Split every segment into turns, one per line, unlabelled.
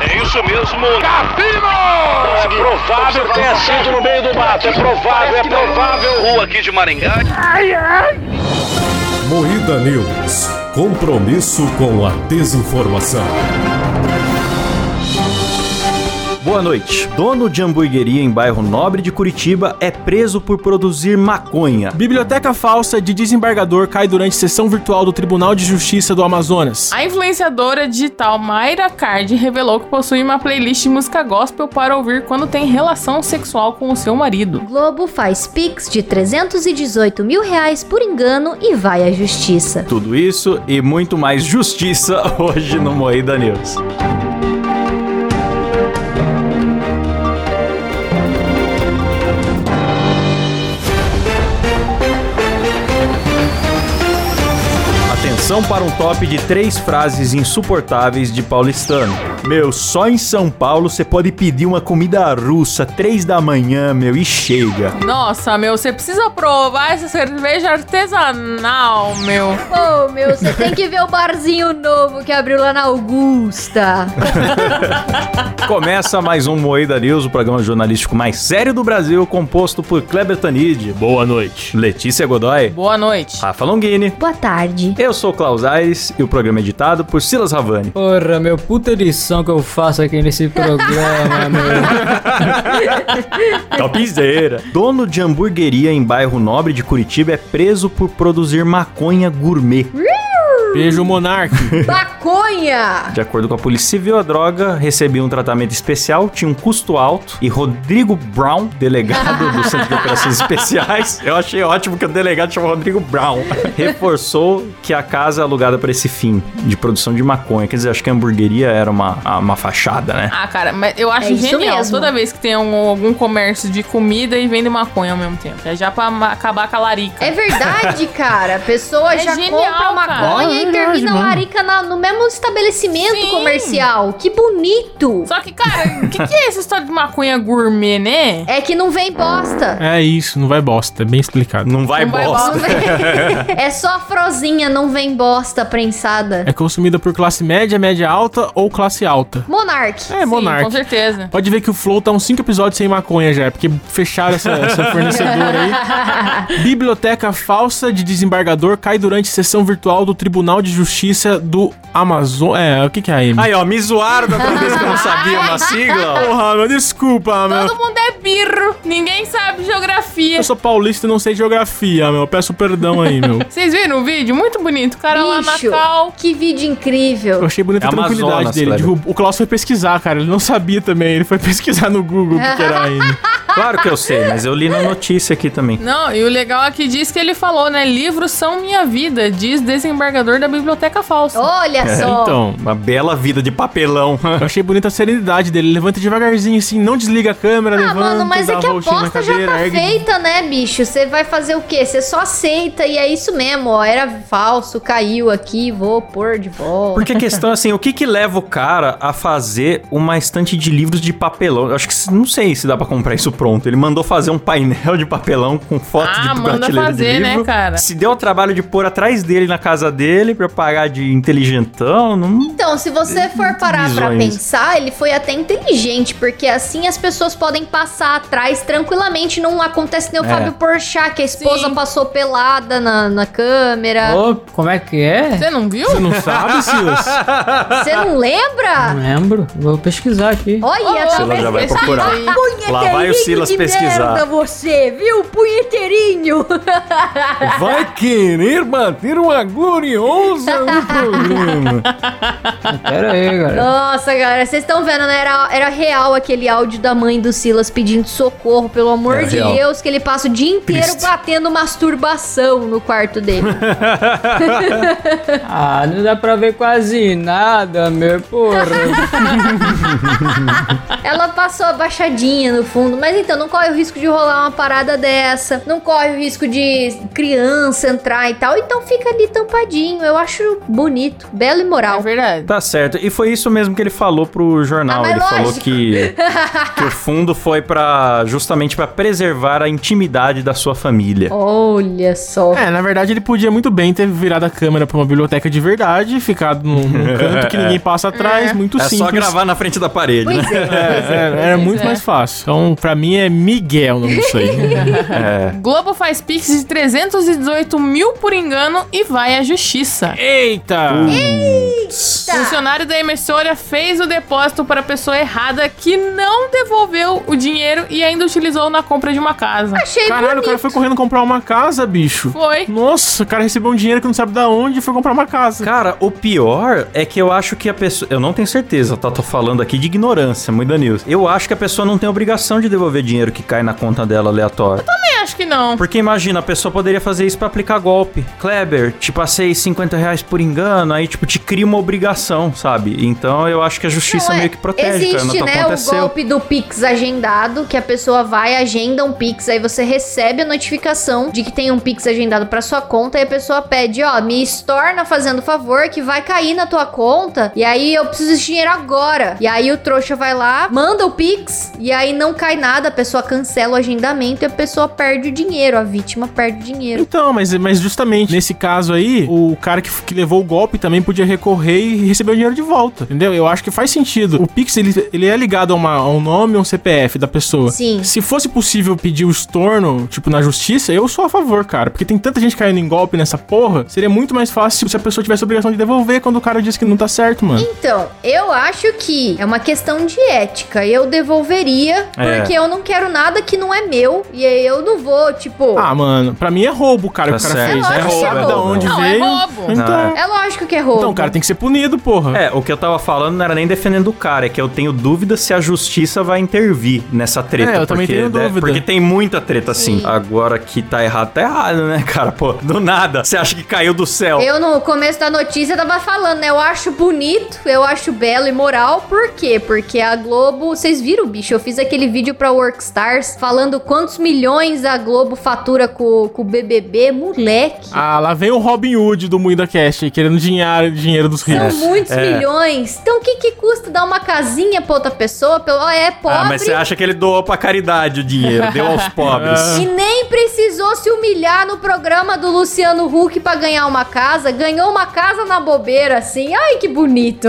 É Isso mesmo.
Cassino!
É provável que tenha sido no meio do mato. É provável, é provável. Rua aqui de Maringá.
Moída News. Compromisso com a desinformação.
Boa noite. Dono de hamburgueria em bairro Nobre de Curitiba é preso por produzir maconha.
Biblioteca falsa de desembargador cai durante sessão virtual do Tribunal de Justiça do Amazonas.
A influenciadora digital Mayra Card revelou que possui uma playlist de música gospel para ouvir quando tem relação sexual com o seu marido.
Globo faz pix de 318 mil reais por engano e vai à justiça.
Tudo isso e muito mais justiça hoje no Moída News. Atenção para um top de três frases insuportáveis de paulistano. Meu, só em São Paulo você pode pedir uma comida russa três da manhã, meu, e chega.
Nossa, meu, você precisa provar essa cerveja artesanal, meu.
Ô Oh, meu, você tem que ver o barzinho novo que abriu lá na Augusta.
Começa mais um Moeda News, o programa jornalístico mais sério do Brasil, composto por Kleber Tanid. Boa noite. Letícia Godoy.
Boa noite.
Rafa Longini.
Boa tarde.
Eu sou o Klaus Aires e o programa é editado por Silas Ravani.
Porra, meu, puta edição que eu faço aqui nesse programa, meu.
Topzera. Dono de hamburgueria em bairro nobre de Curitiba é preso por produzir maconha gourmet.
Beijo, Monark.
Maconha!
De acordo com a Polícia Civil, a droga recebia um tratamento especial, tinha um custo alto e Rodrigo Brown, delegado do Centro de Operações Especiais, eu achei ótimo que o delegado chamou Rodrigo Brown, reforçou que a casa é alugada para esse fim de produção de maconha. Quer dizer, acho que a hamburgueria era uma, uma fachada, né?
Ah, cara, mas eu acho
É isso
genial
mesmo.
toda vez que tem um- algum comércio de comida e vende maconha ao mesmo tempo. É já pra ma- acabar com a larica.
É verdade, cara. A pessoa
É
já
genial,
compra maconha
cara.
e termina a larica na- no mesmo estabelecimento
Sim.
comercial. Que bonito!
Só que, cara, o que, que é essa história de maconha gourmet, né?
É que não vem bosta.
É isso, não vai bosta, é bem explicado.
Não vai
Não vai
bosta.
Não vem- é só frozinha, não vem bosta prensada.
É consumida por classe média, média alta ou classe alta.
Monark.
É,
com
Monark.
certeza.
Pode ver que o Flow tá uns 5 episódios sem maconha já, é porque fecharam essa, essa fornecedora aí. Biblioteca falsa de desembargador cai durante sessão virtual do Tribunal de Justiça do Amazon. É, o que que é a M?
Aí, ó, me zoaram da outra vez que eu não sabia uma sigla.
Porra, meu, desculpa, meu.
Todo mundo é birro, ninguém sabe geografia.
Eu sou paulista e não sei geografia, meu. Peço perdão aí, meu.
Vocês viram o vídeo? Muito bonito. O cara lá na
Bicho,
cal.
que vídeo incrível.
Eu achei bonita
É
a tranquilidade
Amazonas,
dele.
Kleber.
Tipo, o Klaus foi pesquisar, cara. Ele não sabia também. Ele foi pesquisar no Google o que, que era M.
Claro que eu sei, mas eu li na notícia aqui também.
Não, e o legal é que diz que ele falou, né? Livros são minha vida, diz desembargador da biblioteca falsa.
Olha
É,
só.
então, uma bela vida de papelão.
Eu achei bonita a serenidade dele. Ele Levanta devagarzinho, assim, não desliga a câmera,
Ah,
levanta,
mano, mas
dá
é que a
voltinha na
aposta já
cadeira,
tá
ergue-
feita, né, bicho? Você vai fazer o quê? Você só aceita e é isso mesmo, ó. Era falso, caiu aqui, vou pôr de volta.
Porque a questão é assim, o que que leva o cara a fazer uma estante de livros de papelão? Eu acho que não sei se dá pra comprar isso pronto. Ele mandou fazer um painel de papelão com fotos
Ah,
de
manda
prateleira de
fazer, né,
livro.
cara?
Se deu o trabalho de pôr atrás dele na casa dele pra pagar de inteligentão, não...
Então, se você for parar pra
bizonho isso.
pensar, ele foi até inteligente, porque assim as pessoas podem passar atrás tranquilamente. Não acontece nem o
É.
Fábio Porchat, que a esposa
Sim.
passou pelada na, na câmera.
Ô, como é que é?
Você não viu?
Você não sabe, Silas?
Você não lembra?
Não lembro. Vou pesquisar aqui.
Olha,
Ô,
tá
Silas já vai
pesquisa
procurar.
aí.
Lá vai o Silas pesquisar.
você, viu? Punheteirinho.
Vai querer manter uma gloriosa no programa.
Pera aí, cara.
Nossa, galera, vocês estão vendo, né? Era, era real aquele áudio da mãe do Silas pedindo socorro, pelo amor
Era
de
real.
Deus, que ele passa o dia inteiro
Triste.
batendo masturbação no quarto dele.
Ah, não dá pra ver quase nada, meu. Porra.
Ela passou abaixadinha no fundo, mas Mas então, não corre o risco de rolar uma parada dessa, não corre o risco de criança entrar e tal. Então fica ali tampadinho. Eu acho bonito, belo e
É
moral.
verdade.
Tá certo. E foi isso mesmo que ele falou pro jornal.
Ah, mas
ele falou
lógico.
que, que o fundo foi para justamente pra preservar a intimidade da sua família.
Olha só.
É, na verdade ele podia muito bem ter virado a câmera pra uma biblioteca de verdade, ficado num, num canto que ninguém passa atrás, muito
é
simples.
só gravar na frente da parede, né?
Pois é. pois é.
Era, era
Pois
muito
é.
mais fácil. Então, pra mim é Miguel o nome disso aí.
Globo faz pix de 318 mil por engano e vai à justiça.
Eita!
Uh.
Funcionário da emissora fez o depósito para a pessoa errada que não devolveu o dinheiro e ainda utilizou na compra de uma casa.
Achei
Caralho, o
bonito.
cara foi correndo comprar uma casa, bicho.
Foi.
Nossa, o cara recebeu um dinheiro que não sabe da onde e foi comprar uma
é.
casa.
Cara, o pior é que eu acho que a pessoa. Eu não tenho certeza, tá? Tô falando aqui de ignorância, muito news. Eu acho que a pessoa não tem obrigação de devolver dinheiro que cai na conta dela aleatório.
Eu acho que não.
Porque imagina, a pessoa poderia fazer isso pra aplicar golpe. Kleber, te passei 50 reais por engano, aí, tipo, te cria uma obrigação, sabe? Então eu acho que a justiça
Não, é.
meio que protege, cara. é
Existe,
Não
né, o
aconteceu.
golpe do Pix agendado, que a pessoa vai, agenda um Pix, aí você recebe a notificação de que tem um Pix agendado pra sua conta, e a pessoa pede, ó, me estorna fazendo favor que vai cair na tua conta, e aí eu preciso desse dinheiro agora. E aí o trouxa vai lá, manda o Pix, e aí não cai nada, a pessoa cancela o agendamento e a pessoa perde o dinheiro, a vítima perde o dinheiro.
Então, mas, mas justamente nesse caso aí, o cara que, que levou o golpe também podia recorrer e receber o dinheiro de volta, entendeu? Eu acho que faz sentido. O Pix, ele, ele é ligado a, uma- a um nome e um CPF da pessoa.
Sim.
Se fosse possível pedir o estorno, tipo, na justiça, eu sou a favor, cara. Porque tem tanta gente caindo em golpe nessa porra, seria muito mais fácil se a pessoa tivesse a obrigação de devolver quando o cara disse que não tá certo, mano.
Então, eu acho que é uma questão de ética. Eu devolveria,
É.
porque eu não quero nada que não é meu. E aí eu não vou, tipo.
Ah, mano, pra mim é roubo, cara,
Tá
o que o cara
certo.
fez.
É
É
lógico que é
roubo, da
roubo.
onde
Não, é
veio.
roubo.
Então,
É lógico que é roubo.
então, cara, tem que ser punido, porra.
É, o que eu tava falando não era nem defendendo o cara, é que eu tenho dúvida se a justiça vai intervir nessa treta.
É, eu também
porque,
tenho
né,
dúvida.
Porque tem muita treta, assim.
Sim.
Agora que tá errado, tá errado, né, cara? Pô, do nada. Você acha que caiu do céu.
Eu, no começo da notícia, tava falando, né? Eu acho bonito, eu acho belo e moral. Por quê? Porque a Globo. Vocês viram, bicho? Eu fiz aquele vídeo pra Workstars falando quantos milhões a Globo fatura com, com o BBB. Moleque.
Ah, lá vem o Robin Hood do Moída Cash aí, querendo dinheiro, dinheiro dos
São
ricos.
muitos milhões. Então, o que, que custa dar uma casinha pra outra pessoa? Pelo- ó, É pobre.
Ah, mas você acha que ele doou pra caridade o dinheiro, deu aos pobres.
Ah.
E nem precisou se humilhar no programa do Luciano Huck pra ganhar uma casa. Ganhou uma casa na bobeira, assim. Ai, que bonito.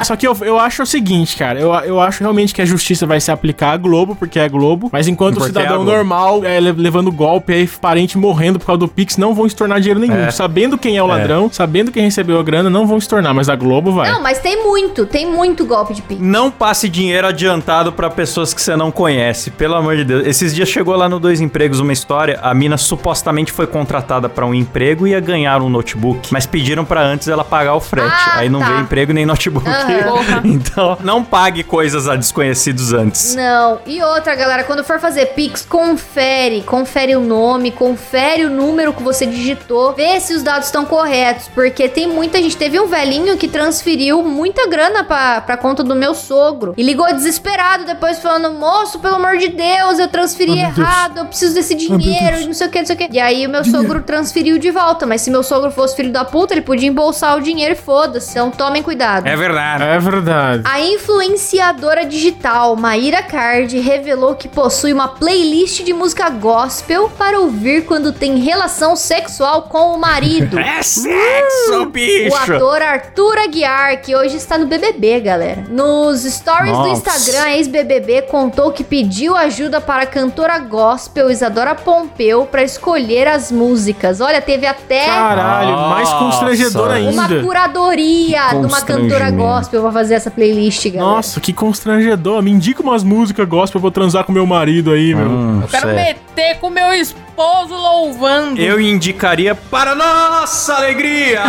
É, Só que eu, eu acho o seguinte, cara. Eu, eu acho realmente que a justiça vai se aplicar à Globo, porque é a Globo. Mas enquanto
Porque
o
é a
cidadão
Globo.
normal é, le- levando golpe, aí parente morrendo por causa do Pix, não vão estornar dinheiro nenhum. Sabendo quem é o ladrão, sabendo quem recebeu a grana, não vão estornar. Mas a Globo vai.
Não, mas tem muito, tem muito golpe de pinto.
Não passe dinheiro adiantado pra pessoas que você não conhece, pelo amor de Deus. Esses dias chegou lá no Dois Empregos uma história, a mina supostamente foi contratada pra um emprego e ia ganhar um notebook, mas pediram pra antes ela pagar o frete.
Ah,
Aí não
tá.
veio emprego nem notebook.
Porra.
Então, não pague coisas a desconhecidos antes.
Não, e outra, galera, quando for fazer Pix, confere, confere o nome, confere o número que você digitou, vê se os dados estão corretos, porque tem muita gente, teve um velhinho que transferiu muita grana pra, pra conta do meu sogro, e ligou desesperado depois falando, moço, pelo amor de Deus, eu transferi errado, eu preciso desse dinheiro, não sei o que, não sei o que. E aí o meu sogro transferiu de volta, mas se meu sogro fosse filho da puta, ele podia embolsar o dinheiro e foda-se, então tomem cuidado.
É verdade.
É verdade.
A influenciadora digital Maíra Card revelou que possui uma playlist de música gospel para ouvir quando tem relação sexual com o marido.
É sexo, bicho!
O ator Arthur Aguiar, que hoje está no BBB, galera. Nos stories do
Nossa.
Instagram, ex-BBB contou que pediu ajuda para a cantora gospel Isadora Pompeu para escolher as músicas. Olha, teve até
Caralho, mais
Nossa.
constrangedor
uma
ainda.
curadoria
Que
de uma cantora
constrangimento.
gospel pra fazer essa playlist, galera.
Nossa, que constrangedor. Me indica umas músicas gospel pra eu transar com meu marido aí, meu.
Hum,
Eu quero
certo.
meter com meu esposo. esposo louvando.
Eu indicaria para nossa alegria.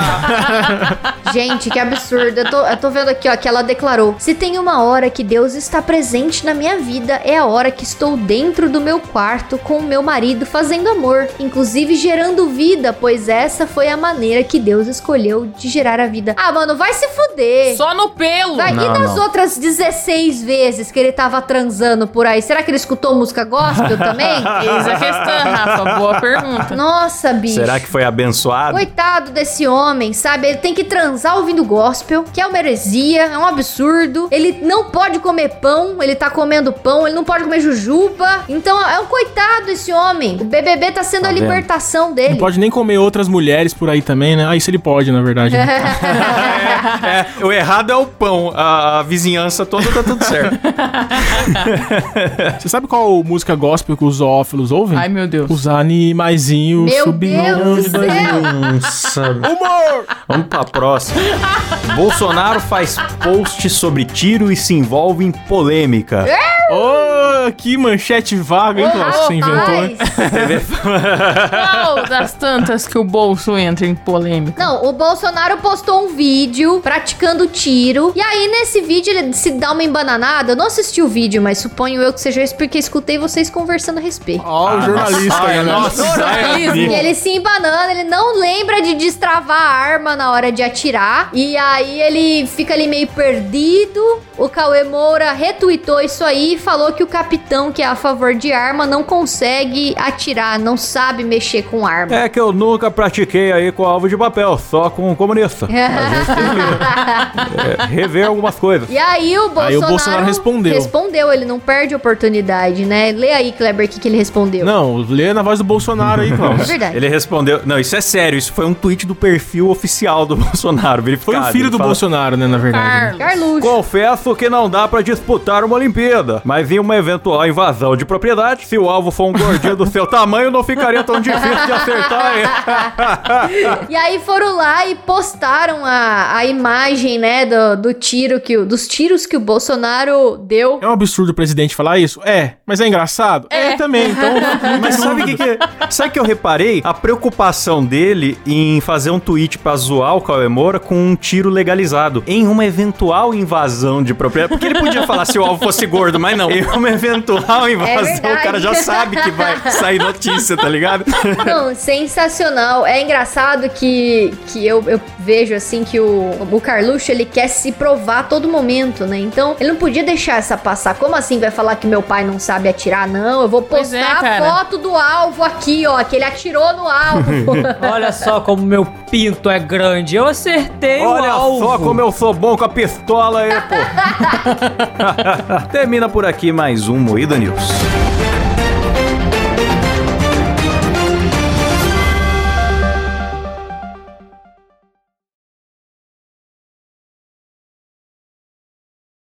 Gente, que absurdo. Eu tô, eu tô vendo aqui, ó, que ela declarou: Se tem uma hora que Deus está presente na minha vida, é a hora que estou dentro do meu quarto com o meu marido fazendo amor, inclusive gerando vida, pois essa foi a maneira que Deus escolheu de gerar a vida. Ah, mano, vai se fuder.
Só no pelo.
Vai,
Não,
e das
não.
outras 16 vezes que ele tava transando por aí, será que ele escutou música gospel também?
Eis a questão, Rafa. Boa pergunta.
Nossa, bicho.
Será que foi abençoado?
Coitado desse homem, sabe? Ele tem que transar ouvindo gospel, que é uma heresia, é um absurdo. Ele não pode comer pão, ele tá comendo pão, ele não pode comer jujuba. Então é um coitado esse homem. O BBB tá sendo a
vendo?
libertação dele.
Não pode nem comer outras mulheres por aí também, né? Ah, isso ele pode, na verdade. né?
É, o errado é o pão. A, a vizinhança toda tá tudo certo.
Você sabe qual música gospel que os zoófilos ouvem?
Ai, meu Deus.
Os animaizinhos
Meu
subindo.
Deus do céu!
Nossa. Vamos pra próxima. Bolsonaro faz post sobre tiro e se envolve em polêmica.
É?
Oh, que manchete vaga, hein,
Ah,
Cláudio, que você inventou, hein?
Rapaz.
Qual das tantas que o bolso entra em polêmica?
Não, o Bolsonaro postou um vídeo praticando tiro. E aí, nesse vídeo, ele se dá uma embananada. Eu não assisti o vídeo, mas suponho eu que seja isso, porque escutei vocês conversando a respeito.
Ó, o jornalista, galera.
E ele se embanando, ele não lembra de destravar a arma na hora de atirar. E aí ele fica ali meio perdido. O Cauê Moura retweetou isso aí e falou que o capitão, que é a favor de arma, não consegue atirar, não sabe mexer com arma.
É que eu nunca pratiquei aí com alvo de papel, só com um comunista. É, rever algumas coisas.
E aí o Bolsonaro,
Aí o Bolsonaro respondeu.
Respondeu, ele não perde oportunidade, né? Lê aí, Kleber, o que, que ele respondeu.
Não, lê na voz do Bolsonaro aí,
É
Cláudio.
verdade.
Ele respondeu. Não, isso é sério. Isso foi um tweet do perfil oficial do Bolsonaro.
Foi o filho do
um Bolsonaro.
Bolsonaro, né, na verdade.
Carlos.
Carluxo.
Confesso que não dá pra disputar uma Olimpíada, mas em uma eventual invasão de propriedade, se o alvo for um gordinho do seu tamanho, não ficaria tão difícil de acertar ele.
E aí foram lá e postaram a, a imagem, né, do, do tiro que o- dos tiros que o Bolsonaro deu.
É um absurdo o presidente falar isso? É. Mas é engraçado? É, também. Então,
mas sabe o que, que sabe que eu reparei? A preocupação dele em fazer um tweet pra zoar o Cauê Moura com um tiro legalizado em uma eventual invasão de propriedade. Porque ele podia falar se o alvo fosse gordo, mas não. Em uma eventual invasão, o
verdade.
cara já sabe que vai sair notícia, tá ligado?
Não, sensacional. É engraçado que, que eu, eu vejo, assim, que o, o Carluxo, ele quer se provar a todo momento, né? Então, ele não podia deixar essa passar. Como assim vai falar que meu pai não sabe atirar? Não, eu vou
Pois é,
postar
cara.
a foto do alvo aqui, ó, que ele atirou no alvo.
Olha só como meu pinto é grande. Eu acertei
Olha
o um alvo.
só como eu sou bom com a pistola aí, pô. Termina por aqui mais um Moída News.